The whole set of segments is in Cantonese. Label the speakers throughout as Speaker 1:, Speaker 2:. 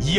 Speaker 1: 以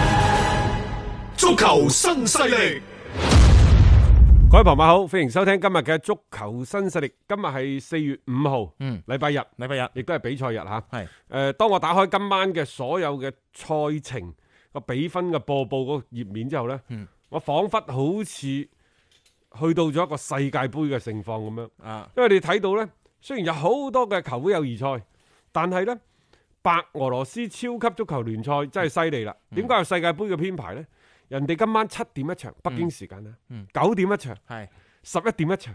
Speaker 1: 足球新勢力，
Speaker 2: 各位朋友好，歡迎收聽今日嘅足球新勢力。今日係四月五號，嗯，禮拜日，
Speaker 3: 禮拜日
Speaker 2: 亦都係比賽日吓。
Speaker 3: 係
Speaker 2: 誒、當我打開今晚嘅所有嘅賽程個比分嘅播報個頁面之後呢，
Speaker 3: 嗯
Speaker 2: 我彷彿好似去到咗一個世界盃嘅盛況咁樣。
Speaker 3: 啊，
Speaker 2: 因為你睇到呢，雖然有好多嘅球會友誼賽，但係呢，白俄羅斯超級足球聯賽真係犀利啦。
Speaker 3: 嗯
Speaker 2: 點解有世界盃嘅編排呢？人哋今晚七點一場，
Speaker 3: 嗯
Speaker 2: 北京時間啦，九點一場。
Speaker 3: 係
Speaker 2: 十一點 一場，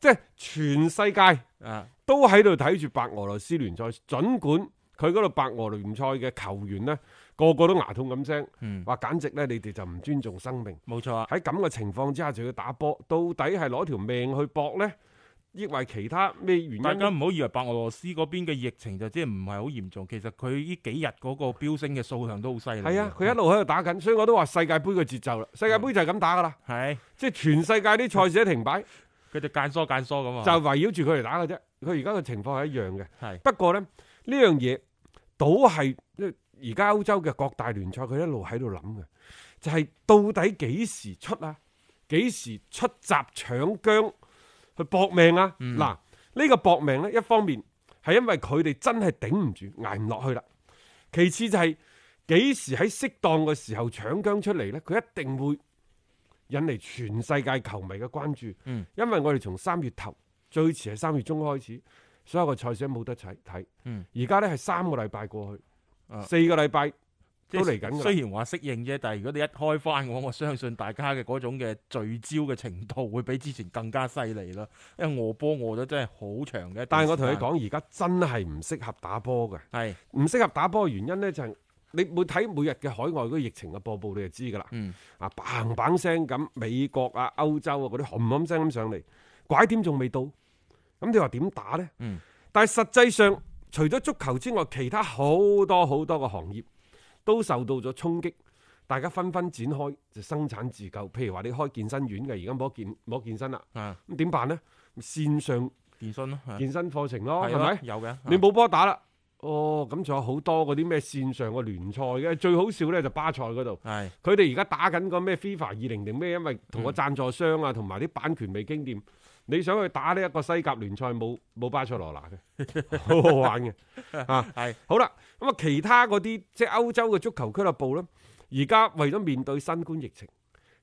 Speaker 2: 即係全世界
Speaker 3: 啊，
Speaker 2: 都喺度睇住白俄羅斯聯賽。儘管佢嗰度白俄聯賽嘅球員呢，個個都牙痛咁聲，話、
Speaker 3: 嗯
Speaker 2: 簡直呢，你哋就唔尊重生命。
Speaker 3: 冇錯啊，
Speaker 2: 喺咁嘅情況之下，仲要打波，到底係攞條命去搏呢？抑或其他咩原因啊
Speaker 3: 大家
Speaker 2: 呢？
Speaker 3: 唔好以為白俄羅斯嗰邊嘅疫情就即係唔係好嚴重，其實佢呢幾日嗰個飆升嘅數量都好犀利。
Speaker 2: 係啊，佢一路喺度打緊，所以我都話世界盃嘅節奏啦。世界盃就係咁打噶啦，
Speaker 3: 係
Speaker 2: 即係全世界啲賽事都停擺，
Speaker 3: 佢就間疏間疏咁啊，
Speaker 2: 就圍繞住佢嚟打嘅啫。佢而家嘅情況係一樣嘅。
Speaker 3: 係
Speaker 2: 不過咧，呢樣嘢倒係而家歐洲嘅各大聯賽，佢一路喺度諗嘅，就係、到底幾時出啊？幾時出閘搶姜去搏命啊？嗱、
Speaker 3: 嗯
Speaker 2: 呢、個搏命呢，一方面係因為佢哋真係頂唔住，捱唔落去啦。其次就係幾時喺適當嘅時候搶姜出嚟呢，佢一定會引嚟全世界球迷嘅關注。
Speaker 3: 嗯
Speaker 2: 因為我哋從三月頭最遲係三月中開始，所有嘅賽事都冇得睇睇。
Speaker 3: 嗯
Speaker 2: 而家呢係三個禮拜過去，
Speaker 3: 啊
Speaker 2: 四個禮拜
Speaker 3: 即
Speaker 2: 都嚟緊㗎啦
Speaker 3: 雖然話適應啫，但係如果你一開翻嘅話，我相信大家嘅嗰種嘅聚焦嘅程度會比之前更加犀利啦。因為餓波餓咗真係好長嘅一段時間，
Speaker 2: 但係我同你講，而家真係唔適合打波嘅，
Speaker 3: 係
Speaker 2: 唔適合打波嘅原因呢，就係、你每睇每日嘅海外嗰個疫情嘅播報，你就知㗎啦。
Speaker 3: 嗯
Speaker 2: 啊，砰砰聲咁，美國啊、歐洲啊嗰啲冚冚聲咁上嚟，拐點仲未到，咁你話點打呢？
Speaker 3: 嗯
Speaker 2: 但係實際上，除咗足球之外，其他好多好多嘅行業都受到咗衝擊，大家紛紛展開就生產自救。譬如話你開健身院嘅，而家冇得健冇得健身啦，
Speaker 3: 啊
Speaker 2: 咁點辦呢？線上
Speaker 3: 電信咯，啊係
Speaker 2: 健身課程咯，係
Speaker 3: 啊
Speaker 2: 咪？
Speaker 3: 有嘅？
Speaker 2: 你冇波打啦。哦，咁仲有好多嗰啲咩線上嘅聯賽嘅，最好笑呢就巴塞嗰度，
Speaker 3: 係
Speaker 2: 佢哋而家打緊個咩 FIFA 二零定咩，因為同個贊助商啊，同埋啲版權未經掂，你想去打呢一個西甲聯賽冇冇巴塞羅那嘅，好好玩嘅啊！
Speaker 3: 係
Speaker 2: 好啦，咁啊其他嗰啲即係歐洲嘅足球俱樂部呢，而家為咗面對新冠疫情，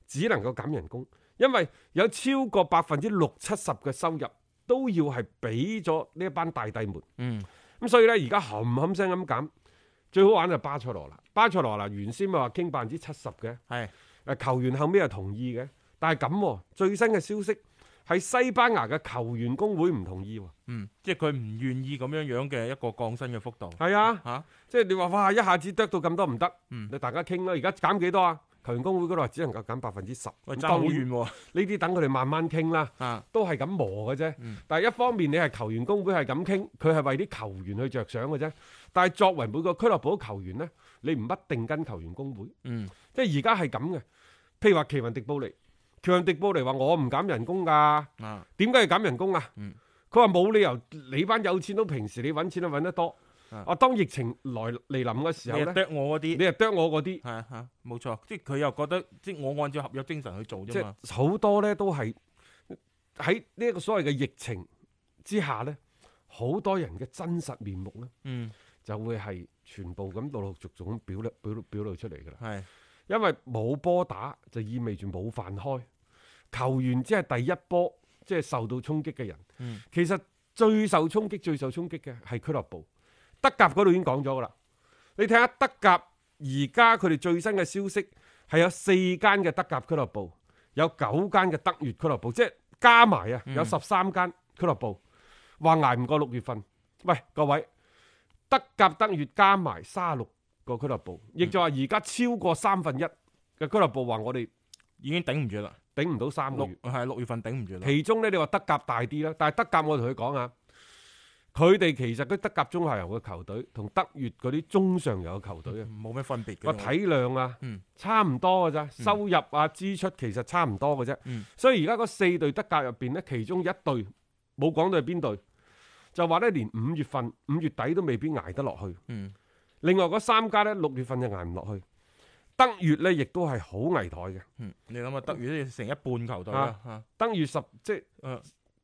Speaker 2: 只能夠減人工，因為有超過百分之六七十嘅收入都要係俾咗呢一班大帝們。
Speaker 3: 嗯。
Speaker 2: 咁所以呢，而家冚冚聲咁減，最好玩就係巴塞羅那。巴塞羅那原先咪話傾百分之七十嘅，
Speaker 3: 係
Speaker 2: 誒呃球員後尾又同意嘅，但係咁喎最新嘅消息係西班牙嘅球員工會唔同意喎。
Speaker 3: 嗯，即係佢唔願意咁樣樣嘅一個降薪嘅幅度
Speaker 2: 係啊，
Speaker 3: 嚇、
Speaker 2: 即係你話哇一下子得到咁多唔得，
Speaker 3: 嗯
Speaker 2: 你大家傾啦。而家減幾多啊？球員工會嗰度話只能夠減百分之十，
Speaker 3: 喂
Speaker 2: 咁
Speaker 3: 爭好
Speaker 2: 當然
Speaker 3: 遠喎
Speaker 2: 呢啲等佢哋慢慢傾啦。
Speaker 3: 啊
Speaker 2: 都係咁磨嘅啫
Speaker 3: 嗯。
Speaker 2: 但係一方面你係球員工會係咁傾，佢係為啲球員去着想嘅啫。但係作為每個俱樂部嘅球員呢，你唔一定跟球員工會。
Speaker 3: 嗯
Speaker 2: 即係而家係咁嘅。譬如話奇雲迪布尼，奇雲迪布尼話我唔減人工㗎，
Speaker 3: 啊
Speaker 2: 點解要減人工啊
Speaker 3: 嗯？
Speaker 2: 佢話冇理由你班有錢佬平時你揾錢都揾得多。
Speaker 3: 啊
Speaker 2: 啊，當疫情來嚟臨嘅時
Speaker 3: 你
Speaker 2: 候
Speaker 3: 又
Speaker 2: 呢，
Speaker 3: 啄我嗰
Speaker 2: 你
Speaker 3: 啲
Speaker 2: 係啄我嗰啲，
Speaker 3: 係啊嚇，冇錯，即係佢又覺得即係我按照合約精神去做
Speaker 2: 即
Speaker 3: 啫嘛，
Speaker 2: 係好多呢都係喺呢一個所謂嘅疫情之下呢，好多人嘅真實面目呢。
Speaker 3: 嗯
Speaker 2: 就會係全部咁陸陸續續咁表露表露表露出嚟㗎啦。
Speaker 3: 係
Speaker 2: 因為冇波打就意味住冇飯開，球員只係第一波即係受到衝擊嘅人。
Speaker 3: 嗯
Speaker 2: 其實最受衝擊、最受衝擊嘅係俱樂部。德甲嗰度已經講咗噶啦，你睇下德甲而家佢哋最新嘅消息係有四間嘅德甲俱樂部，有九間嘅德乙俱樂部，即係加埋啊有十三間俱樂部話捱唔過六月份。喂，各位，德甲德乙加埋三六個俱樂部，亦就話而家超過三分一嘅俱樂部話我哋
Speaker 3: 已經頂唔住啦，
Speaker 2: 頂唔到三個
Speaker 3: 六
Speaker 2: 月。
Speaker 3: 係六月份頂唔住啦。
Speaker 2: 其中咧，你話德甲大啲啦，但係德甲我同佢講啊，佢哋其實嗰啲德甲中下游嘅球隊同德乙嗰啲中上游嘅球隊啊，
Speaker 3: 冇咩分別嘅。
Speaker 2: 個體量啊
Speaker 3: 嗯，
Speaker 2: 差唔多㗎咋，收入啊支出其實差唔多嘅啫
Speaker 3: 嗯。
Speaker 2: 所以而家嗰四隊德甲入邊咧，其中一隊冇講到係邊隊，就話咧連五月份、五月底都未必捱得落去。
Speaker 3: 嗯
Speaker 2: 另外嗰三家咧，六月份就捱唔落去。德乙咧，亦都係好危殆嘅。
Speaker 3: 嗯，你諗下德乙都要成一半球隊
Speaker 2: 啊
Speaker 3: 啦，嚇
Speaker 2: 德乙十即係
Speaker 3: 誒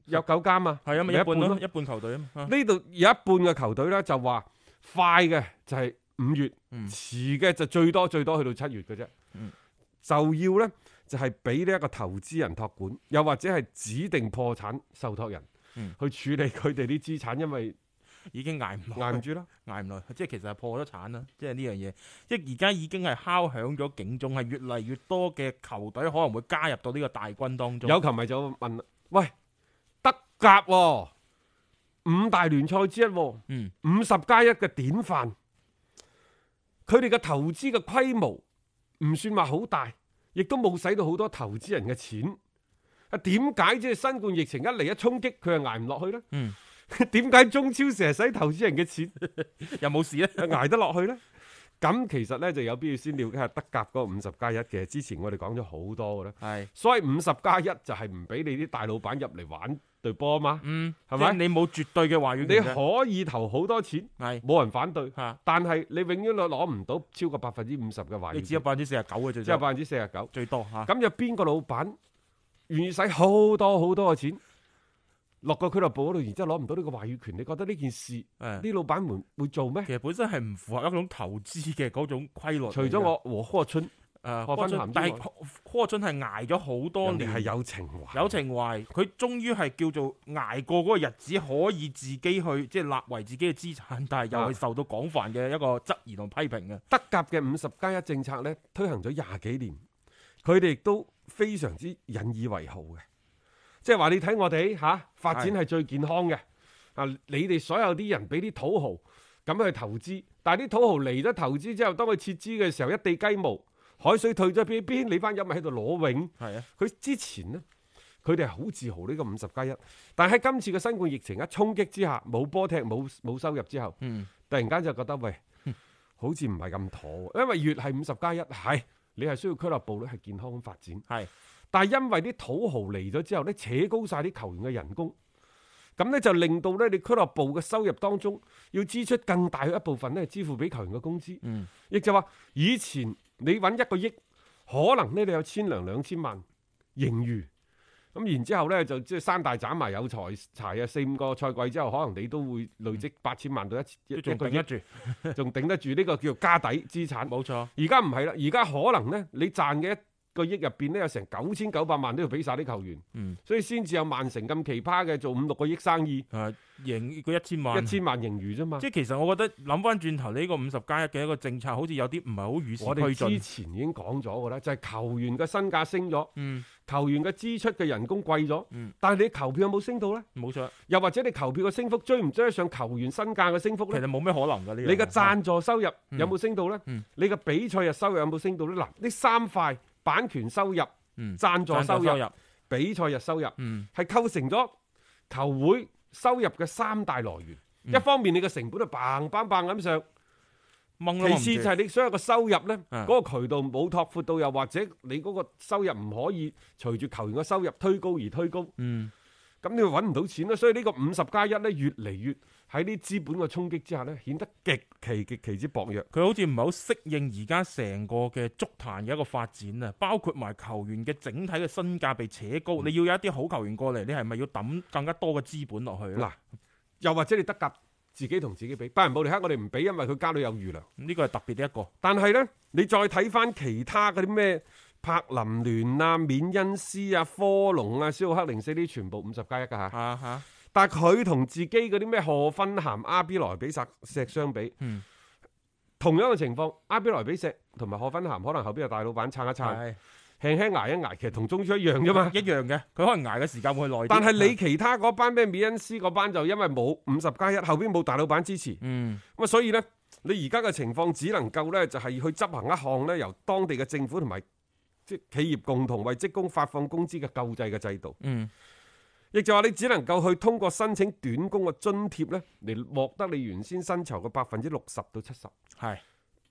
Speaker 2: 有九家嘛，
Speaker 3: 係啊，咪
Speaker 2: 咪一
Speaker 3: 一半
Speaker 2: 半咯
Speaker 3: 咯，一半球隊啊嘛。嚇
Speaker 2: 呢度有一半嘅球隊咧就話快嘅就係五月，
Speaker 3: 嗯
Speaker 2: 遲嘅就最多最多去到七月嘅啫。
Speaker 3: 嗯
Speaker 2: 就要咧就係俾呢一個投資人託管，又或者係指定破產受託人、
Speaker 3: 嗯
Speaker 2: 去處理佢哋啲資產，因為
Speaker 3: 已經捱唔落
Speaker 2: 捱唔，住啦。
Speaker 3: 捱唔落，即係其實係破咗產啦。即係呢樣嘢，即係而家已經係敲響咗警鐘，係越嚟越多嘅球隊可能會加入到呢個大軍當中。
Speaker 2: 有球迷就問啦：，喂，德甲喎、五大聯賽之一、喎，
Speaker 3: 嗯
Speaker 2: 五十加一嘅典範，佢哋嘅投資嘅規模唔算話好大，亦都冇使到好多投資人嘅錢。啊，點解即係新冠疫情一嚟一衝擊，佢係捱唔落去呢？
Speaker 3: 嗯，
Speaker 2: 點解中超成日使投資人嘅錢
Speaker 3: 有冇事咧？
Speaker 2: 捱得落去呢？咁其實呢，就有必要先了解下德甲嗰個五十加一嘅。之前我哋講咗好多嘅啦。
Speaker 3: 係。
Speaker 2: 所以五十加一就係唔俾你啲大老闆入嚟玩隊波嘛。
Speaker 3: 嗯，
Speaker 2: 係
Speaker 3: 係
Speaker 2: 咪
Speaker 3: 咪？你冇絕對嘅話語
Speaker 2: 你
Speaker 3: 權啫，
Speaker 2: 可以投好多錢，
Speaker 3: 係
Speaker 2: 冇人反對，
Speaker 3: 嚇，
Speaker 2: 但係你永遠攞攞唔到超過百分之五十嘅話
Speaker 3: 你啊
Speaker 2: 語
Speaker 3: 只有
Speaker 2: 權，
Speaker 3: 百分之四十九嘅最
Speaker 2: 只有
Speaker 3: 多，
Speaker 2: 百分之四十九。
Speaker 3: 最多嚇。
Speaker 2: 咁有邊個老闆願意使好多好多嘅錢落個俱樂部嗰度，然之後攞唔到呢個話語權？你覺得呢件事
Speaker 3: 誒，
Speaker 2: 啲老闆們會做咩
Speaker 3: 其？實本身係唔符合一種投資嘅嗰種規律嚟嘅。
Speaker 2: 除咗我和柯春，
Speaker 3: 誒
Speaker 2: 何
Speaker 3: 柯
Speaker 2: 芬
Speaker 3: 俊
Speaker 2: 涵之，
Speaker 3: 但
Speaker 2: 外
Speaker 3: 係柯柯俊係捱咗好多
Speaker 2: 人
Speaker 3: 年
Speaker 2: 哋，係有情懷，
Speaker 3: 有情懷，佢終於係叫做捱過嗰個日子，可以自己去即係立為自己嘅資產，但係又
Speaker 2: 啊
Speaker 3: 係受到廣泛嘅一個質疑同批評嘅。
Speaker 2: 德甲嘅五十加一政策咧，推行咗廿幾年，佢哋亦都非常之引以為豪嘅，即係話你睇我哋吓、發展係最健康嘅，啊你哋所有啲人俾啲土豪咁去投資，但係啲土豪嚟咗投資之後，當佢撤資嘅時候一地雞毛，海水退咗邊邊，你班友咪喺度攞泳。
Speaker 3: 係啊，
Speaker 2: 佢之前呢，佢哋係好自豪呢個五十加一，但係喺今次嘅新冠疫情一衝擊之下，冇波踢冇冇收入之後。
Speaker 3: 嗯，
Speaker 2: 突然間就覺得喂，好似唔係咁妥喎，因為越係五十加一係你係需要俱樂部咧係健康咁發展，
Speaker 3: 係
Speaker 2: 但係因為啲土豪嚟咗之後咧，扯高晒啲球員嘅人工，咁咧就令到咧你俱樂部嘅收入當中要支出更大嘅一部分咧，支付俾球員嘅工資，
Speaker 3: 嗯
Speaker 2: 亦就話以前你揾一個億，可能咧你有千零兩千萬盈餘。咁然之後咧，就即係山大斬埋有財柴啊！四五個賽季之後，可能你都會累積八千萬到一千
Speaker 3: 都仲
Speaker 2: 一個
Speaker 3: 頂
Speaker 2: 億
Speaker 3: 得住，
Speaker 2: 仲頂得住呢個叫家底資產。
Speaker 3: 冇錯。
Speaker 2: 而家唔係啦，而家可能呢，你賺嘅一個億入邊呢，有成九千九百萬都要俾晒啲球員，
Speaker 3: 嗯
Speaker 2: 所以先至有曼城咁奇葩嘅做五六個億生意，
Speaker 3: 誒，啊贏嗰一千萬
Speaker 2: 一。千萬盈餘啫嘛
Speaker 3: 即。係其實我覺得諗翻轉頭，呢個五十加一嘅一個政策，好似有啲唔係好與時
Speaker 2: 我哋
Speaker 3: 俱
Speaker 2: 之
Speaker 3: 進。
Speaker 2: 前已經講咗㗎啦，就係、球員嘅身價升咗，
Speaker 3: 嗯，
Speaker 2: 球員嘅支出嘅人工貴咗，
Speaker 3: 嗯
Speaker 2: 但係你球票有冇升到呢？
Speaker 3: 冇錯，
Speaker 2: 又或者你球票嘅升幅追唔追得上球員身價嘅升幅
Speaker 3: 其
Speaker 2: 呢？
Speaker 3: 實冇咩可能㗎呢樣嘢。
Speaker 2: 你嘅贊助收入有冇升到呢？
Speaker 3: 嗯
Speaker 2: 你嘅比賽日收入有冇升到呢？嗱，呢三塊版權收入、
Speaker 3: 嗯
Speaker 2: 贊助
Speaker 3: 贊
Speaker 2: 收
Speaker 3: 助
Speaker 2: 入
Speaker 3: 收、入，
Speaker 2: 比賽日收入，係
Speaker 3: 嗯
Speaker 2: 構成咗球會收入嘅三大來源。
Speaker 3: 嗯
Speaker 2: 一方面你嘅成本啊棒棒棒咁上，
Speaker 3: 嗯掹都掹唔
Speaker 2: 其次
Speaker 3: 住
Speaker 2: 就係你所有嘅收入呢，
Speaker 3: 嗯
Speaker 2: 嗰個渠道冇拓闊到，又或者你嗰個收入唔可以隨住球員嘅收入推高而推高，
Speaker 3: 嗯
Speaker 2: 咁你揾唔到錢啦。所以呢個五十加一呢，越嚟越喺呢資本嘅衝擊之下呢，顯得極其極其之薄弱。
Speaker 3: 佢好似唔係好適應而家成個嘅足壇嘅一個發展啊，包括埋球員嘅整體嘅身價被扯高，
Speaker 2: 嗯
Speaker 3: 你要有一啲好球員過嚟，你係咪要抌更加多嘅資本落去咧？
Speaker 2: 嗱，又或者你德甲自己同自己比，拜仁慕尼黑我哋唔比，因為佢家裏有餘糧。
Speaker 3: 呢個係特別嘅一個，
Speaker 2: 但係呢，你再睇翻其他嗰啲咩柏林聯啊、緬恩斯啊、科隆啊、肖克零四呢，全部五十加一噶嚇。
Speaker 3: 啊吓，
Speaker 2: 但係佢同自己嗰啲咩賀芬咸、阿比萊比錫錫相比，
Speaker 3: 嗯
Speaker 2: 同樣嘅情況，阿比萊比錫同埋賀芬咸可能後邊有大老闆撐一撐，
Speaker 3: 係
Speaker 2: 輕輕捱一捱，其實同中超一樣啫嘛。
Speaker 3: 一樣嘅，佢可能捱嘅時間會耐啲。
Speaker 2: 但係你其他嗰班咩美恩斯嗰班就因為冇五十加一，後邊冇大老闆支持，
Speaker 3: 嗯
Speaker 2: 咁啊所以呢，你而家嘅情況只能夠呢，就係去執行一項呢，由當地嘅政府同埋即係企業共同為職工發放工資嘅救濟嘅制度。
Speaker 3: 嗯
Speaker 2: 亦就話你只能夠去通過申請短工嘅津貼咧，嚟獲得你原先薪酬嘅百分之六十到七十，
Speaker 3: 係，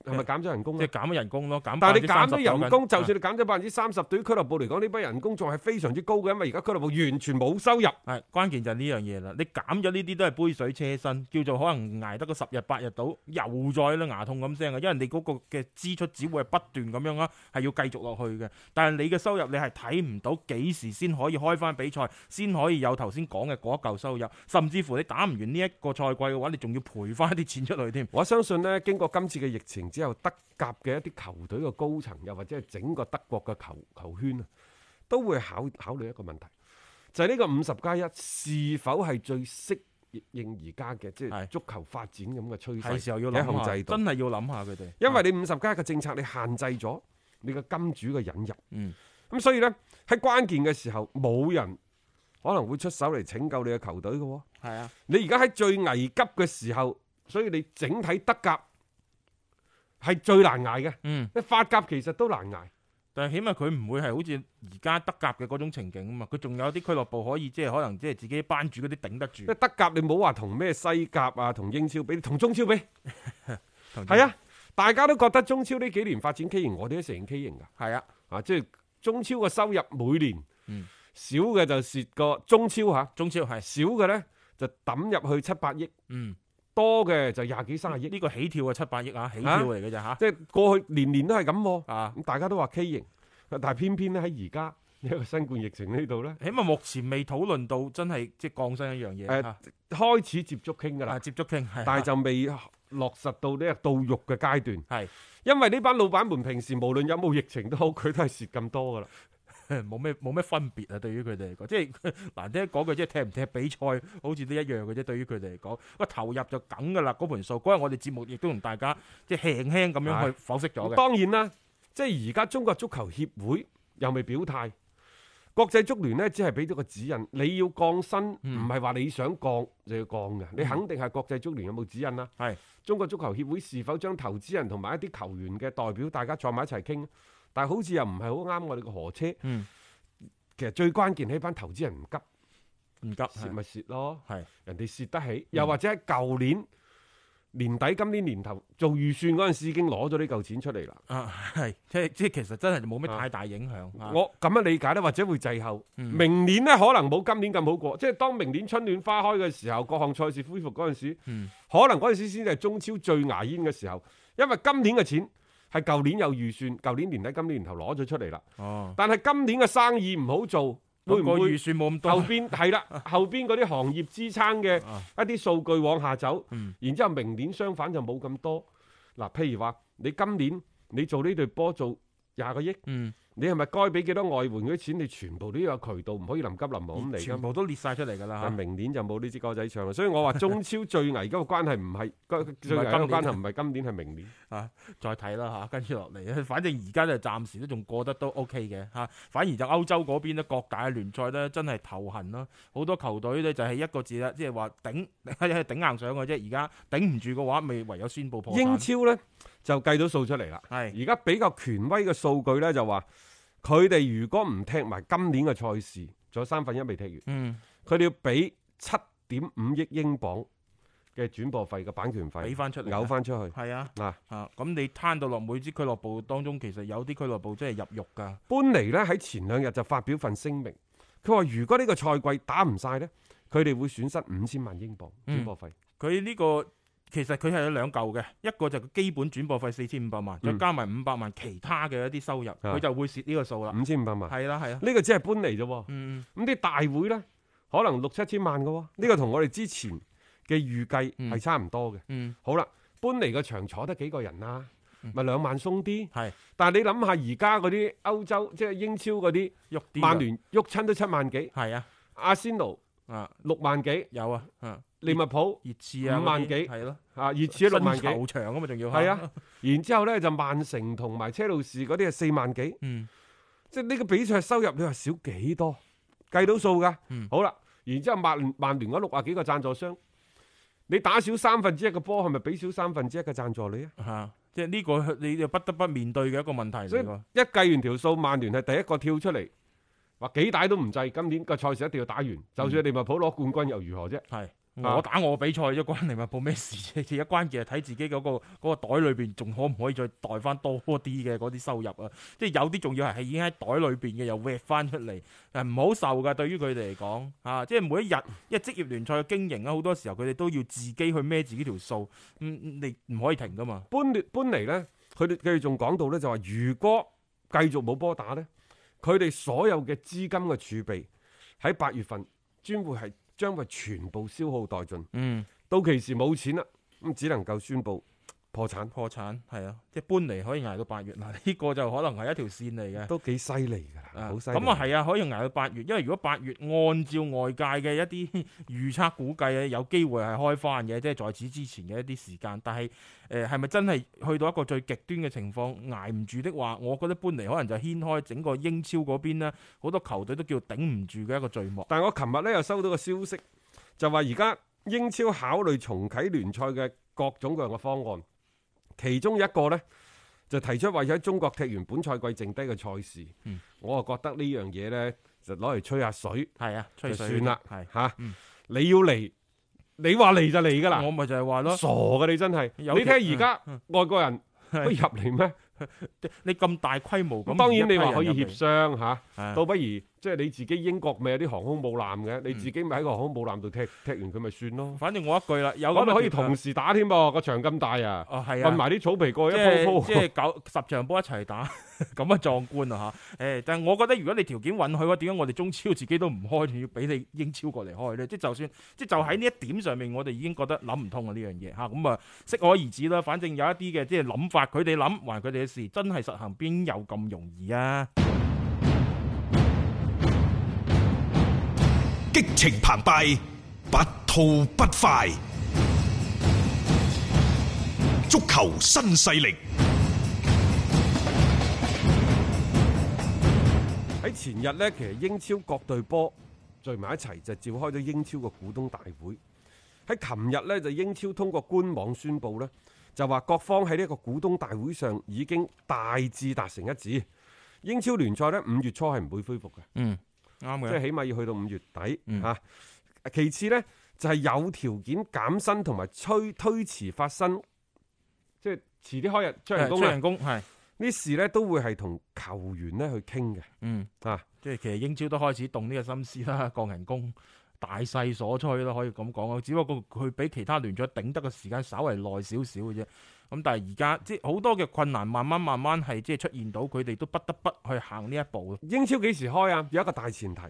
Speaker 2: 係咪減咗人工
Speaker 3: 即係
Speaker 2: 咧？
Speaker 3: 減咗人工咯，減
Speaker 2: 但係
Speaker 3: 係
Speaker 2: 你減咗人工，
Speaker 3: 啊
Speaker 2: 就算你減咗百分之三十，對於俱樂部嚟講，呢筆人工仲係非常之高嘅，因為而家俱樂部完全冇收入。
Speaker 3: 係關鍵就係呢樣嘢啦。你減咗呢啲都係杯水車薪，叫做可能捱得個十日八日到，又再咧牙痛咁聲啊嘅，因為你嗰個嘅支出只會係不斷咁樣啦，係要繼續落去嘅。但係你嘅收入你係睇唔到幾時先可以開翻比賽，先可以有頭先講嘅嗰一嚿收入，甚至乎你打唔完呢一個賽季嘅話，你仲要賠翻啲錢出去添。
Speaker 2: 我相信呢，經過今次嘅疫情之後，德甲嘅一啲球隊嘅高層，又或者係整個德國嘅球球圈啊，都會考考慮一個問題，就係、呢個五十加一是否係最適應而家嘅即
Speaker 3: 係
Speaker 2: 係足球發展咁嘅趨
Speaker 3: 係
Speaker 2: 勢，
Speaker 3: 時候要
Speaker 2: 一項
Speaker 3: 諗下，
Speaker 2: 制度
Speaker 3: 真係要諗下佢哋，
Speaker 2: 因為你五十加嘅政策，你限制咗你個金主嘅引入。
Speaker 3: 嗯，
Speaker 2: 咁所以呢，喺關鍵嘅時候，冇人可能會出手嚟拯救你嘅球隊嘅喎。
Speaker 3: 係啊，
Speaker 2: 你而家喺最危急嘅時候，所以你整體德甲係最難捱嘅。
Speaker 3: 嗯。
Speaker 2: 你法甲其實都難捱，
Speaker 3: 但係起碼佢唔會係好似而家德甲嘅嗰種情景啊嘛，佢仲有啲俱樂部可以即係可能即係自己班主嗰啲頂得住
Speaker 2: 因為。德甲你冇話同咩西甲啊、同英超比，同中超比係
Speaker 3: 係，
Speaker 2: 啊，大家都覺得中超呢幾年發展畸形，我哋都成畸形噶。
Speaker 3: 係啊，
Speaker 2: 啊，即係中超嘅收入每年
Speaker 3: 嗯
Speaker 2: 少嘅就蝕個中超嚇。
Speaker 3: 中超係，
Speaker 2: 少嘅呢，就抌入去七八億，
Speaker 3: 嗯，
Speaker 2: 多嘅就廿幾三十億，
Speaker 3: 呢個起跳啊七百億啊，起跳嚟嘅咋吓，
Speaker 2: 即係過去年年都係咁喎。
Speaker 3: 啊，
Speaker 2: 咁大家都話畸形，但係偏偏咧喺而家呢個新冠疫情呢度呢，
Speaker 3: 起碼目前未討論到真係即係降薪一樣嘢
Speaker 2: 誒
Speaker 3: 啊
Speaker 2: 開始接觸傾㗎
Speaker 3: 啊，
Speaker 2: 啦，
Speaker 3: 接觸傾係，
Speaker 2: 但係就未落實到呢個到肉嘅階段。
Speaker 3: 係
Speaker 2: 因為呢班老闆們平時無論有冇疫情都好，佢都係蝕咁多㗎啦。
Speaker 3: 冇咩冇咩分別啊，對於佢哋嚟講，即係 難聽講句，即係踢唔踢比賽，好似都一樣嘅啫。對於佢哋嚟講，個投入就梗㗎啦，嗰盤數嗰日我哋節目亦都同大家即係輕輕咁樣去剖析咗
Speaker 2: 咁
Speaker 3: 嘅，
Speaker 2: 當然啦，即係而家中國足球協會又未表態，國際足聯呢只係俾咗個指引，你要降薪，
Speaker 3: 嗯
Speaker 2: 唔係話你想降就要降嘅，你肯定係國際足聯有冇指引啦。
Speaker 3: 係
Speaker 2: 中國足球協會是否將投資人同埋一啲球員嘅代表大家坐埋一齊傾？但係好似又唔係好啱我哋個河車。
Speaker 3: 嗯
Speaker 2: 其實最關鍵係班投資人唔急，
Speaker 3: 唔急
Speaker 2: 蝕
Speaker 3: 係
Speaker 2: 咪蝕咯，
Speaker 3: 係
Speaker 2: 人哋蝕得起，又或者喺舊年年底、今年年頭做預算嗰陣時已經攞咗呢嚿錢出嚟啦。
Speaker 3: 啊係，即係即係其實真係冇咩
Speaker 2: 啊
Speaker 3: 太大影響啊。
Speaker 2: 我咁樣理解咧，或者會滯後。
Speaker 3: 嗯
Speaker 2: 明年呢，可能冇今年咁好過。即係當明年春暖花開嘅時候，各項賽事恢復嗰陣時，
Speaker 3: 嗯
Speaker 2: 可能嗰陣時先係中超最牙煙嘅時候，因為今年嘅錢係舊年有預算，舊年年底、今年年頭攞咗出嚟啦。
Speaker 3: 哦，
Speaker 2: 但係今年嘅生意唔好做，會
Speaker 3: 咁個
Speaker 2: 唔會
Speaker 3: 預算冇咁
Speaker 2: 後
Speaker 3: 多，
Speaker 2: 邊係啦？後邊嗰啲行業支撐嘅
Speaker 3: 啊
Speaker 2: 一啲數據往下走，
Speaker 3: 嗯
Speaker 2: 然之後明年相反就冇咁多。嗱，譬如話你今年你做呢隊波做廿個億。
Speaker 3: 嗯，
Speaker 2: 你係咪該俾幾多外援嗰啲錢？你全部都要有渠道，唔可以臨急臨忙咁嚟㗎
Speaker 3: 全
Speaker 2: 嘛。
Speaker 3: 部都列晒出嚟㗎啦
Speaker 2: 但明年就冇呢支歌仔唱啦，所以我話中超 最危急嘅關係唔係個最危急嘅關係唔係今年係明年。
Speaker 3: 再睇啦嚇，跟住落嚟， 反正而家就暫時都仲過得都 OK 嘅嚇，反而就歐洲嗰邊咧，各大聯賽咧真係頭痕啦，好多球隊咧就係一個字啦，即係話頂 係頂硬上嘅啫，而家頂唔住嘅話，咪唯有宣布破產。
Speaker 2: 英超呢就計到數出嚟啦，
Speaker 3: 係
Speaker 2: 而家比較權威嘅數據呢，就話佢哋如果唔踢埋今年嘅賽事，仲有三分一未踢完，
Speaker 3: 嗯，
Speaker 2: 佢哋要俾七點五億英鎊嘅轉播費嘅版權
Speaker 3: 俾
Speaker 2: 費，
Speaker 3: 翻出嚟啊，
Speaker 2: 嘔翻出去
Speaker 3: 係啊
Speaker 2: 嗱。
Speaker 3: 啊，咁你攤到落每支俱樂部當中，其實有啲俱樂部真係入獄㗎，
Speaker 2: 班尼呢喺前兩日就發表份聲明，佢話如果呢個賽季打唔晒呢，佢哋會損失五千萬英鎊
Speaker 3: 嗯
Speaker 2: 轉播費。
Speaker 3: 佢呢、個其實佢係有兩嚿嘅，一個就係佢基本轉播費四千五百萬，再
Speaker 2: 嗯
Speaker 3: 加埋五百萬其他嘅一啲收入，佢就會蝕呢個數啦。
Speaker 2: 五千五百萬，
Speaker 3: 係啦，係啦，啊
Speaker 2: 呢個只係搬嚟啫喎。
Speaker 3: 嗯，
Speaker 2: 咁啲大會呢，可能六七千萬嘅喎，呢個同我哋之前嘅預計係差唔多嘅。
Speaker 3: 嗯
Speaker 2: 好啦，搬嚟個場坐得幾個人啦、啊
Speaker 3: 嗯
Speaker 2: 咪兩萬鬆啲。
Speaker 3: 係
Speaker 2: 但係你諗下而家嗰啲歐洲即係英超嗰啲，
Speaker 3: 喐啲㗎。
Speaker 2: 曼聯喐親都七萬幾，
Speaker 3: 嗯係啊，
Speaker 2: 阿仙奴
Speaker 3: 啊
Speaker 2: 六萬幾，
Speaker 3: 有啊，啊
Speaker 2: 利物浦
Speaker 3: 熱刺啊，
Speaker 2: 五萬幾
Speaker 3: 係咯，
Speaker 2: 啊熱刺都六萬幾
Speaker 3: 新，球場啊嘛，仲要
Speaker 2: 係啊，。然之後咧就曼城同埋車路士嗰啲係四萬幾。
Speaker 3: 嗯，
Speaker 2: 即係呢個比賽收入，你話少幾多？計到數㗎。
Speaker 3: 嗯
Speaker 2: 好啦，然之後曼聯曼聯嗰六啊幾個贊助商，你打少三分之一嘅波，係咪俾少三分之一嘅贊助你啊？
Speaker 3: 嚇，嗯即係呢個你就不得不面對嘅一個問題
Speaker 2: 所以
Speaker 3: 嚟喎。
Speaker 2: 一計完條數，曼聯係第一個跳出嚟，話幾大都唔制。今年個賽事一定要打完，就算利物浦攞冠軍又如何啫？
Speaker 3: 係。
Speaker 2: 啊
Speaker 3: 我打我比賽啫，關利物浦咩事啫？ 而家關鍵係睇自己嗰、個嗰個袋裏邊仲可唔可以再袋翻多啲嘅嗰啲收入啊！即係有啲仲要係已經喺袋裏邊嘅，又搲翻出嚟，誒唔好受噶。對於佢哋嚟講，啊，即係每一日，因為職業聯賽嘅經營啊，好多時候佢哋都要自己去孭自己條數，嗯，你唔可以停噶嘛。
Speaker 2: 搬嚟搬嚟呢，佢哋佢哋仲講到呢，就話，如果繼續冇波打呢，佢哋所有嘅資金嘅儲備喺八月份將會係將會全部消耗殆盡。
Speaker 3: 嗯，
Speaker 2: 到期時冇錢啦，咁只能夠宣布破產，
Speaker 3: 破產係啊，即係搬嚟可以捱到八月嗱，呢、個就可能係一條線嚟嘅。
Speaker 2: 都幾犀利㗎啦，
Speaker 3: 啊
Speaker 2: 好犀利。
Speaker 3: 咁啊係啊，可以捱到八月，因為如果八月按照外界嘅一啲 預測估計咧，有機會係開翻嘅，即係在此之前嘅一啲時間。但係誒係咪真係去到一個最極端嘅情況捱唔住的話，我覺得搬嚟可能就掀開整個英超嗰邊咧，好多球隊都叫頂唔住嘅一個序幕。
Speaker 2: 但係我琴日咧又收到個消息，就話而家英超考慮重啟聯賽嘅各種各樣嘅方案，其中一個呢，就提出為咗喺中國踢完本賽季剩低嘅賽事，
Speaker 3: 嗯
Speaker 2: 我啊覺得呢樣嘢呢，就攞嚟吹下水
Speaker 3: 係啊，吹
Speaker 2: 就
Speaker 3: 水
Speaker 2: 算啦
Speaker 3: 係
Speaker 2: 嚇。
Speaker 3: 嗯
Speaker 2: 你要嚟，你話嚟就嚟㗎啦
Speaker 3: 我，咪就係話咯，
Speaker 2: 傻㗎你真係。你
Speaker 3: 有
Speaker 2: 睇而家
Speaker 3: 嗯
Speaker 2: 外國人可
Speaker 3: 係
Speaker 2: 以入嚟咩？
Speaker 3: 你咁大規模咁，
Speaker 2: 咁當然你話可以協商嚇。
Speaker 3: 商
Speaker 2: 倒不如即係你自己英國咪有啲航空母艦嘅，你
Speaker 3: 嗯
Speaker 2: 自己咪喺個航空母艦度踢踢完佢咪算咯。
Speaker 3: 反正我一句啦，有
Speaker 2: 咁
Speaker 3: 咁
Speaker 2: 咪可以
Speaker 3: 嘅條
Speaker 2: 同時打添噃，個場咁大啊，
Speaker 3: 哦係啊
Speaker 2: 運。埋啲草皮過去
Speaker 3: 即
Speaker 2: 一
Speaker 3: 係
Speaker 2: 鋪
Speaker 3: 即
Speaker 2: 鋪。
Speaker 3: 係九十場波一齊打， 咁啊壯觀啊吓！誒，但係我覺得如果你條件允許嘅話，點解我哋中超自己都唔開，仲要俾你英超過嚟開咧？即係就算即係就喺呢一點上面，我哋已經覺得諗唔通啊呢樣嘢吓。咁啊，適可而止啦。反正有一啲嘅即係諗法，佢哋諗還佢哋嘅事，真係實行邊有咁容易啊？
Speaker 1: 激情澎湃，不吐不快。足球新勢力，
Speaker 2: 喺前日呢，其實英超各隊波聚埋一齊就召開咗英超嘅股東大會。喺琴日呢，就英超通過官網宣布呢，就話各方喺呢一個股東大會上已經大致達成一致。英超聯賽呢，五月初係唔會恢復嘅。
Speaker 3: 嗯，啱
Speaker 2: 即係
Speaker 3: 嘅，
Speaker 2: 起碼要去到五月底
Speaker 3: 嗯
Speaker 2: 嚇、啊其次呢，就係、有條件減薪同埋推推遲發薪，即係遲啲開日出人工啊
Speaker 3: 出
Speaker 2: 啦。
Speaker 3: 人工係，
Speaker 2: 呢事呢都會係同球員呢去傾嘅
Speaker 3: 嗯。
Speaker 2: 啊。
Speaker 3: 即係其實英超都開始動呢個心思啦， 降人工大勢所趨啦，可以咁講啊。只不過佢比其他聯賽頂得嘅時間稍為耐少少嘅啫。咁但係而家即係好多嘅困難，慢慢慢慢係即係出現到，佢哋都不得不去行呢一步咯。
Speaker 2: 英超幾時開啊？有一個大前提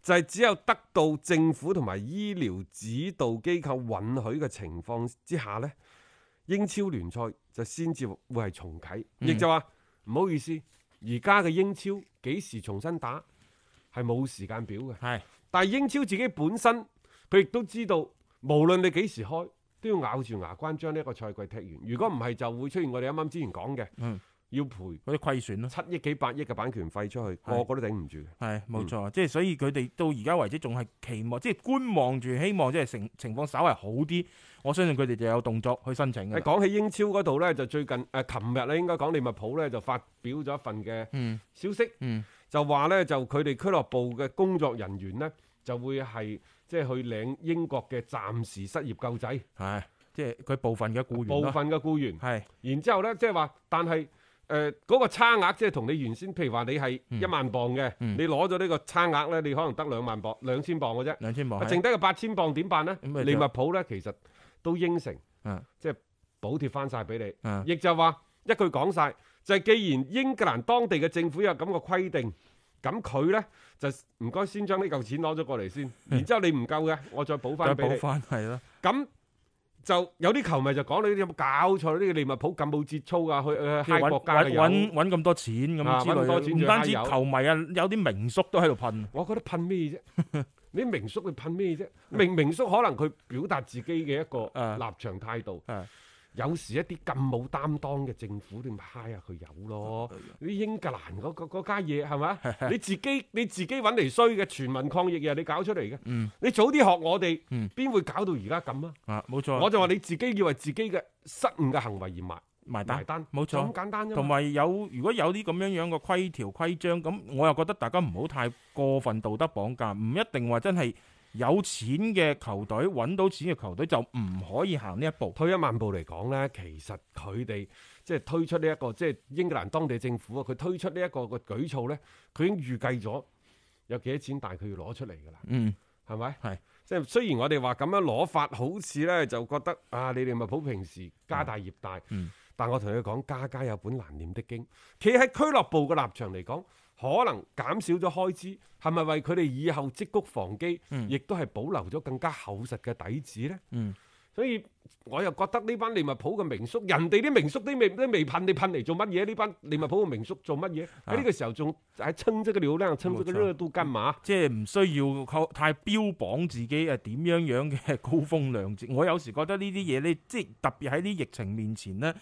Speaker 2: 就係、只有得到政府同埋醫療指導機構允許嘅情況之下呢，英超聯賽就先至會係重啟，亦、就話唔好意思，而家嘅英超幾時重新打係冇時間表嘅。
Speaker 3: 係
Speaker 2: 但係英超自己本身佢亦都知道，無論你幾時開，都要咬住牙關將呢一個賽季踢完。如果唔係，就會出現我哋啱啱之前講嘅，
Speaker 3: 嗯
Speaker 2: 要賠
Speaker 3: 嗰啲虧損咯。
Speaker 2: 七億幾百億嘅版權費出去，
Speaker 3: 係
Speaker 2: 個個都頂唔住嘅。
Speaker 3: 係冇錯，嗯即係所以佢哋到而家為止仲係期望，即係觀望住，希望即係情情況稍為好啲。我相信佢哋就有動作去申請嘅
Speaker 2: 誒
Speaker 3: 啦。
Speaker 2: 講起英超嗰度呢，就最近誒，琴日咧應該講利物浦呢，就發表咗一份嘅
Speaker 3: 嗯
Speaker 2: 消息，
Speaker 3: 嗯
Speaker 2: 就話呢，就佢哋俱樂部嘅工作人員呢，就會係即係去領英國嘅暫時失業救濟，
Speaker 3: 係即係佢部分嘅僱員
Speaker 2: 部
Speaker 3: 咯。
Speaker 2: 分嘅僱員。
Speaker 3: 係
Speaker 2: 然之後呢，即係話，但係誒嗰個差額，即係同你原先，譬如話你係
Speaker 3: 嗯
Speaker 2: 一萬磅嘅，
Speaker 3: 嗯
Speaker 2: 你攞咗呢個差額呢，你可能得兩萬磅、兩千磅嘅啫，
Speaker 3: 兩千磅
Speaker 2: 啊。剩低嘅八千磅點辦呢？
Speaker 3: 哦咁咪就
Speaker 2: 利物浦呢，其實都應承
Speaker 3: 嗯，
Speaker 2: 即係補貼翻晒俾你，
Speaker 3: 嗯
Speaker 2: 亦就話一句講晒，就係既然英格蘭當地嘅政府有咁嘅規定。咁佢呢，就唔該先將呢嚿錢攞咗過嚟先，然之後你唔夠嘅，我再補
Speaker 3: 嗯再
Speaker 2: 翻俾你
Speaker 3: 補。翻係咯。
Speaker 2: 咁就有啲球迷就講你有冇搞錯？呢個利物浦咁冇節操啊㗎，去去
Speaker 3: 即係
Speaker 2: 嗨
Speaker 3: 揾
Speaker 2: 國家嘅
Speaker 3: 揾揾
Speaker 2: 有。
Speaker 3: 揾咁多錢
Speaker 2: 啊
Speaker 3: 咁之
Speaker 2: 揾咁多
Speaker 3: 類嘅，
Speaker 2: 錢
Speaker 3: 唔
Speaker 2: 仲
Speaker 3: 單止
Speaker 2: 加油
Speaker 3: 球迷啊，有啲名宿都喺度噴。
Speaker 2: 我覺得噴咩啫？ 你明叔你噴咩啫？明明叔可能佢表達自己嘅一個
Speaker 3: 啊
Speaker 2: 立場態度
Speaker 3: 啊，
Speaker 2: 有時一啲咁冇擔當嘅政府，你咪嗨下佢有
Speaker 3: 啊
Speaker 2: 咯。啲英格蘭嗰嗰嗰家嘢 係咪？你自己你自己揾嚟衰嘅全民抗疫又係你搞出嚟嘅。
Speaker 3: 嗯
Speaker 2: 你早啲學我哋
Speaker 3: 嗯，
Speaker 2: 邊會搞到而家咁啊？
Speaker 3: 啊，冇錯，
Speaker 2: 我就話你自己要為自己嘅失誤嘅行為而埋
Speaker 3: 埋單
Speaker 2: 埋。單，
Speaker 3: 冇錯
Speaker 2: 就咁簡單啫嘛。
Speaker 3: 同埋有如果有啲咁樣樣嘅規條規章，咁我又覺得大家唔好太過分道德綁架，唔一定話真係有錢嘅球隊揾到錢嘅球隊就唔可以行呢一步。
Speaker 2: 退一萬步嚟講呢，其實佢哋即係推出呢、一個即係英格蘭當地政府啊，佢推出呢一個個舉措呢，佢已經預計咗有幾多錢，但係佢要攞出嚟㗎啦，
Speaker 3: 嗯，
Speaker 2: 係咪？
Speaker 3: 係
Speaker 2: 即係雖然我哋話咁樣攞法好似呢，就覺得啊，你哋咪普平時家大業大，
Speaker 3: 嗯
Speaker 2: 但我同你講，家家有本難念的經。企喺俱樂部嘅立場嚟講，可能減少咗開支，係咪為佢哋以後積谷防饑，
Speaker 3: 嗯
Speaker 2: 亦都係保留咗更加厚實嘅底子呢？
Speaker 3: 嗯，
Speaker 2: 所以我又覺得呢班利物浦嘅名宿，人哋啲名宿都未都未噴，你噴嚟做乜嘢？呢班利物浦嘅名宿做乜嘢？喺呢個時候仲喺撐這個流量，撐這個熱度幹嘛？
Speaker 3: 即係唔需要靠太標榜自己誒點樣樣嘅高風亮節。 我有時覺得呢啲嘢呢，即係特別喺啲疫情面前呢。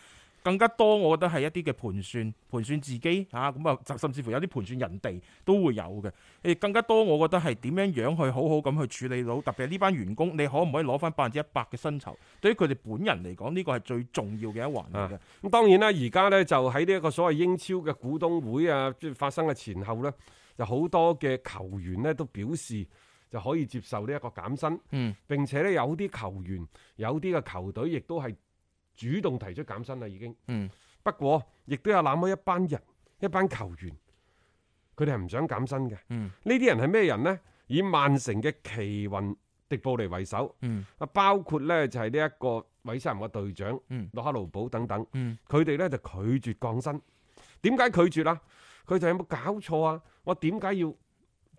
Speaker 3: 更加多，我覺得係一啲嘅盤算，盤算自己嚇咁啊，就甚至乎有啲盤算人哋都會有嘅。誒更加多，我覺得係點樣樣去好好咁去處理到，特別係呢班員工，你可唔可以攞翻百分之一百嘅薪酬？對於佢哋本人嚟講，呢個係最重要嘅一環嚟嘅。
Speaker 2: 咁當然啦，而家呢就喺呢一個所謂英超嘅股東會啊，即係發生嘅前後呢，就好多嘅球員呢都表示就可以接受呢一個減薪。
Speaker 3: 嗯，
Speaker 2: 並且呢，有啲球員、有啲嘅球隊亦都係主動提出減薪啦，已經。
Speaker 3: 嗯。
Speaker 2: 不過，亦都有那麼一班人、一班球員，佢哋係唔想減薪嘅。
Speaker 3: 嗯
Speaker 2: 呢啲人係咩人呢？以曼城嘅奇雲迪布尼為首，
Speaker 3: 嗯
Speaker 2: 啊，包括呢就係呢一個韋斯咸嘅隊長
Speaker 3: 嗯
Speaker 2: 洛克勞堡等等，
Speaker 3: 嗯
Speaker 2: 佢哋呢就拒絕降薪。點解拒絕啊？佢就有冇搞錯啊？我點解要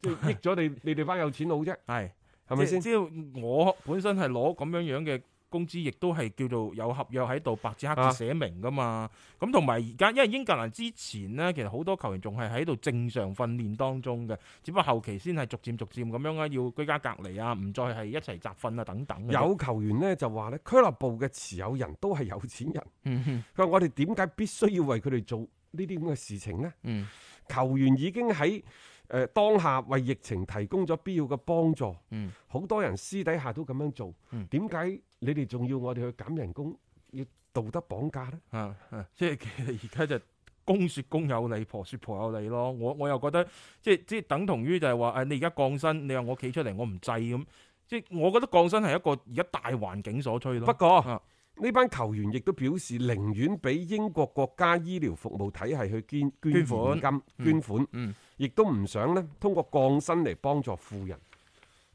Speaker 2: 即係益咗 你你哋班有錢佬啫？
Speaker 3: 係
Speaker 2: 係咪
Speaker 3: 即
Speaker 2: 先？
Speaker 3: 即係我本身係攞咁樣樣嘅工資，亦都係叫做有合約喺度，白紙黑
Speaker 2: 啊
Speaker 3: 字寫明噶嘛。咁同埋而家，因為英格蘭之前呢，其實好多球員仲係喺度正常訓練當中嘅，只不過後期先係逐漸逐漸咁樣啦，要居家隔離啊，唔再係一齊集訓啊等等嘅。
Speaker 2: 有球員呢就話呢，俱樂部嘅持有人都係有錢人。
Speaker 3: 嗯哼
Speaker 2: 佢話我哋點解必須要為佢哋做呢啲咁嘅事情呢？
Speaker 3: 嗯
Speaker 2: 球員已經喺誒、呃、當下為疫情提供咗必要嘅幫助，
Speaker 3: 嗯
Speaker 2: 好多人私底下都咁樣做
Speaker 3: 嗯，
Speaker 2: 點解、你哋仲要我哋去減人工，要道德綁架呢？
Speaker 3: 啊，啊即係其實而家就公説公有理，婆説婆有理咯。我我又覺得即係即係等同於就係話誒，你而家降薪，你話我企出嚟，我唔制咁。即係我覺得降薪係一個而家大環境所趨咯。
Speaker 2: 不過
Speaker 3: 啊
Speaker 2: 呢班球員亦都表示，寧願俾英國國家醫療服務體系去捐
Speaker 3: 捐
Speaker 2: 捐
Speaker 3: 款
Speaker 2: 現
Speaker 3: 嗯
Speaker 2: 金、捐款
Speaker 3: 嗯，
Speaker 2: 亦都唔想呢通過降薪嚟幫助富人。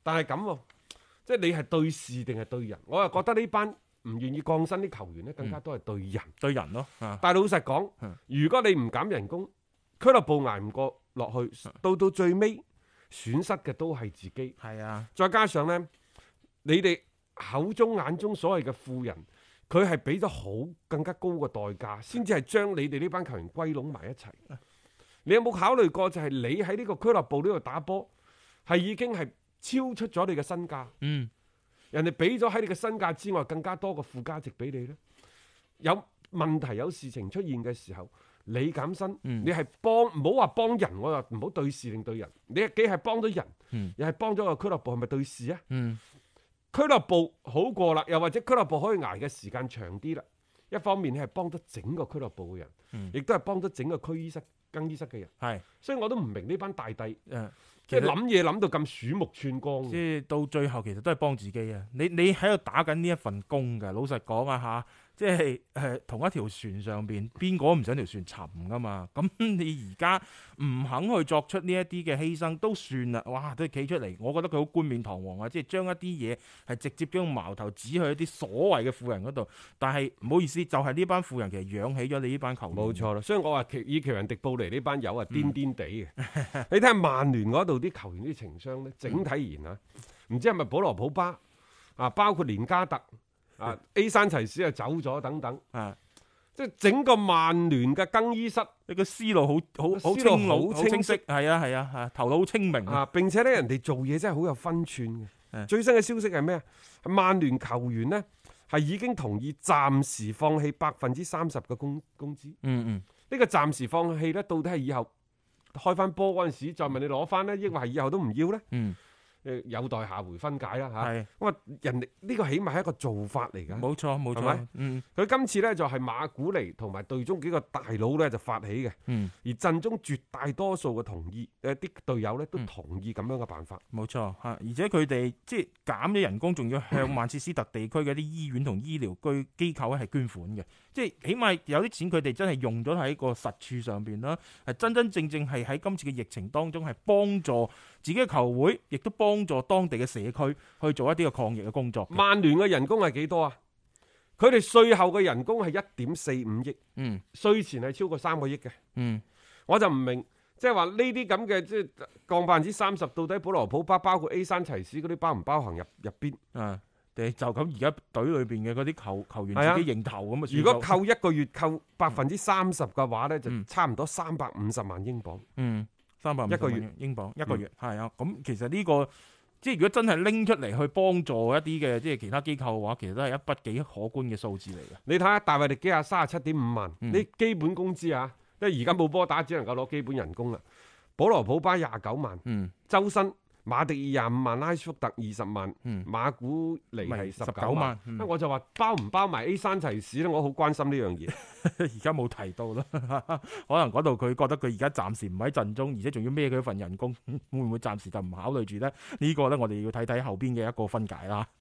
Speaker 2: 但係咁喎，即係你係對事定係對人？我又覺得呢班唔願意降薪啲球員呢，更加多係對人。
Speaker 3: 對人咯，啊，
Speaker 2: 但係老實講
Speaker 3: 嗯，
Speaker 2: 如果你唔減人工，俱樂部捱唔過落
Speaker 3: 嗯
Speaker 2: 去，到到最尾損失嘅都係自己。
Speaker 3: 係啊，
Speaker 2: 再加上呢，你哋口中眼中所謂嘅富人，佢係俾咗好更加高嘅代價，先至係將你哋呢班球員歸攏埋一齊。你有冇考慮過就係你喺呢個俱樂部呢度打波，係已經係超出咗你嘅身價？
Speaker 3: 嗯，
Speaker 2: 人哋俾咗喺你嘅身價之外更加多嘅附加值俾你呢？有問題有事情出現嘅時候，你減薪，
Speaker 3: 嗯
Speaker 2: 你係幫唔好話幫人，我又唔好對事定對人，你既係幫咗人，
Speaker 3: 嗯
Speaker 2: 又係幫咗個俱樂部，係咪對事啊？
Speaker 3: 嗯，
Speaker 2: 俱樂部好過啦，又或者俱樂部可以捱嘅時間長啲啦。一方面你係幫得整個俱樂部嘅人
Speaker 3: 嗯，
Speaker 2: 亦都係幫得整個區醫室、更衣室嘅人，
Speaker 3: 係，
Speaker 2: 所以我都唔明呢班大帝
Speaker 3: 誒，
Speaker 2: 即係諗嘢諗到咁鼠目寸光嘅
Speaker 3: 即。係到最後其實都係幫自己啊！你你喺度打緊呢一份工㗎，老實講啊吓，即係誒同一條船上邊，邊個唔想條船沉噶嘛？咁 你而家唔肯去作出呢一啲嘅犧牲都算啦，哇！都企出嚟，我覺得佢好冠冕堂皇啊！即係將一啲嘢係直接將矛頭指去一啲所謂嘅富人嗰度，但係唔好意思，就係呢班富人其實養起咗你呢班球員。
Speaker 2: 冇，錯啦，所以我話奇以奇雲迪布尼呢班友啊，癲癲地嘅。 你睇下曼聯嗰度啲球員啲嗯情商咧，整體而言啊，唔知係咪保羅普巴啊，包括連加特啊 A 山齊士又走咗等等，
Speaker 3: 啊！
Speaker 2: 即係整個曼聯嘅更衣室
Speaker 3: 你個思路好好好
Speaker 2: 思路
Speaker 3: 清路，
Speaker 2: 好
Speaker 3: 好清
Speaker 2: 清
Speaker 3: 晰，係啊係啊係啊，頭腦清明啊！
Speaker 2: 啊，並且咧人哋做嘢真係好有分寸嘅。
Speaker 3: 嗯
Speaker 2: 最新嘅消息係咩啊？曼聯球員呢係已經同意暫時放棄百分之三十嘅工工資。
Speaker 3: 嗯嗯。
Speaker 2: 呢個暫時放棄呢，到底係以後開翻波嗰陣時再問你攞翻呢？抑或係以後都唔要呢？
Speaker 3: 嗯，
Speaker 2: 誒有待下回分解啦嚇。
Speaker 3: 係
Speaker 2: 咁啊，人哋呢個起碼係一個做法嚟㗎。
Speaker 3: 冇錯冇
Speaker 2: 係咪
Speaker 3: 錯，嗯
Speaker 2: 佢今次呢，就係馬古尼同埋隊中幾個大佬呢就發起嘅，
Speaker 3: 嗯，
Speaker 2: 而陣中絕大多數嘅同意，誒啲隊友呢都
Speaker 3: 嗯
Speaker 2: 同意咁樣嘅辦法。
Speaker 3: 冇錯嚇，而且佢哋即係減咗人工，仲要向曼徹斯特地區嘅啲醫院同醫療居機構咧係捐款嘅，即係起碼有啲錢佢哋真係用咗喺個實處上邊啦，係真真正正係喺今次嘅疫情當中係幫助自己嘅球會，亦都幫助當地嘅社區去做一啲嘅抗疫嘅工作嘅。
Speaker 2: 曼聯嘅人工係幾多啊？佢哋税後嘅人工係一點四五億，
Speaker 3: 嗯
Speaker 2: 税前係超過三個億嘅。
Speaker 3: 嗯
Speaker 2: 我就唔明，即係話呢啲咁嘅即係降百分之三十，到底保羅普巴包括 A 山齊士嗰啲包唔包含入入邊？
Speaker 3: 啊，定係就咁而家隊裏邊嘅嗰啲球球員
Speaker 2: 係啊
Speaker 3: 自己認頭咁啊算數？
Speaker 2: 如果扣一個月扣百分之三十嘅話呢，就
Speaker 3: 嗯
Speaker 2: 差唔多三百五十萬英鎊。
Speaker 3: 嗯，三百
Speaker 2: 一個月嗯
Speaker 3: 英鎊一個月係啊，咁其實呢、個即係如果真係拎出嚟去幫助一啲嘅即係其他機構嘅話，其實都係一筆幾可觀嘅數字嚟嘅。
Speaker 2: 你睇下大衛迪基亞三十七點五萬，
Speaker 3: 嗯
Speaker 2: 呢基本工資啊，因為而家冇波打，只能夠攞基本人工啦。保羅普巴廿九萬，
Speaker 3: 嗯，
Speaker 2: 周薪馬迪爾廿五萬，拉舒福特二十萬，
Speaker 3: 嗯
Speaker 2: 馬古尼係
Speaker 3: 咪
Speaker 2: 十九
Speaker 3: 19
Speaker 2: 萬
Speaker 3: 萬。嗯
Speaker 2: 啊我就話包唔包埋 A 山齊士呢？我好關心呢樣嘢。
Speaker 3: 而家冇提到啦，可能嗰度佢覺得佢而家暫時唔喺陣中，而且仲要孭 佢一份人工，會唔會暫時就唔考慮住呢？呢、個呢，我哋要睇睇後邊嘅一個分解啦。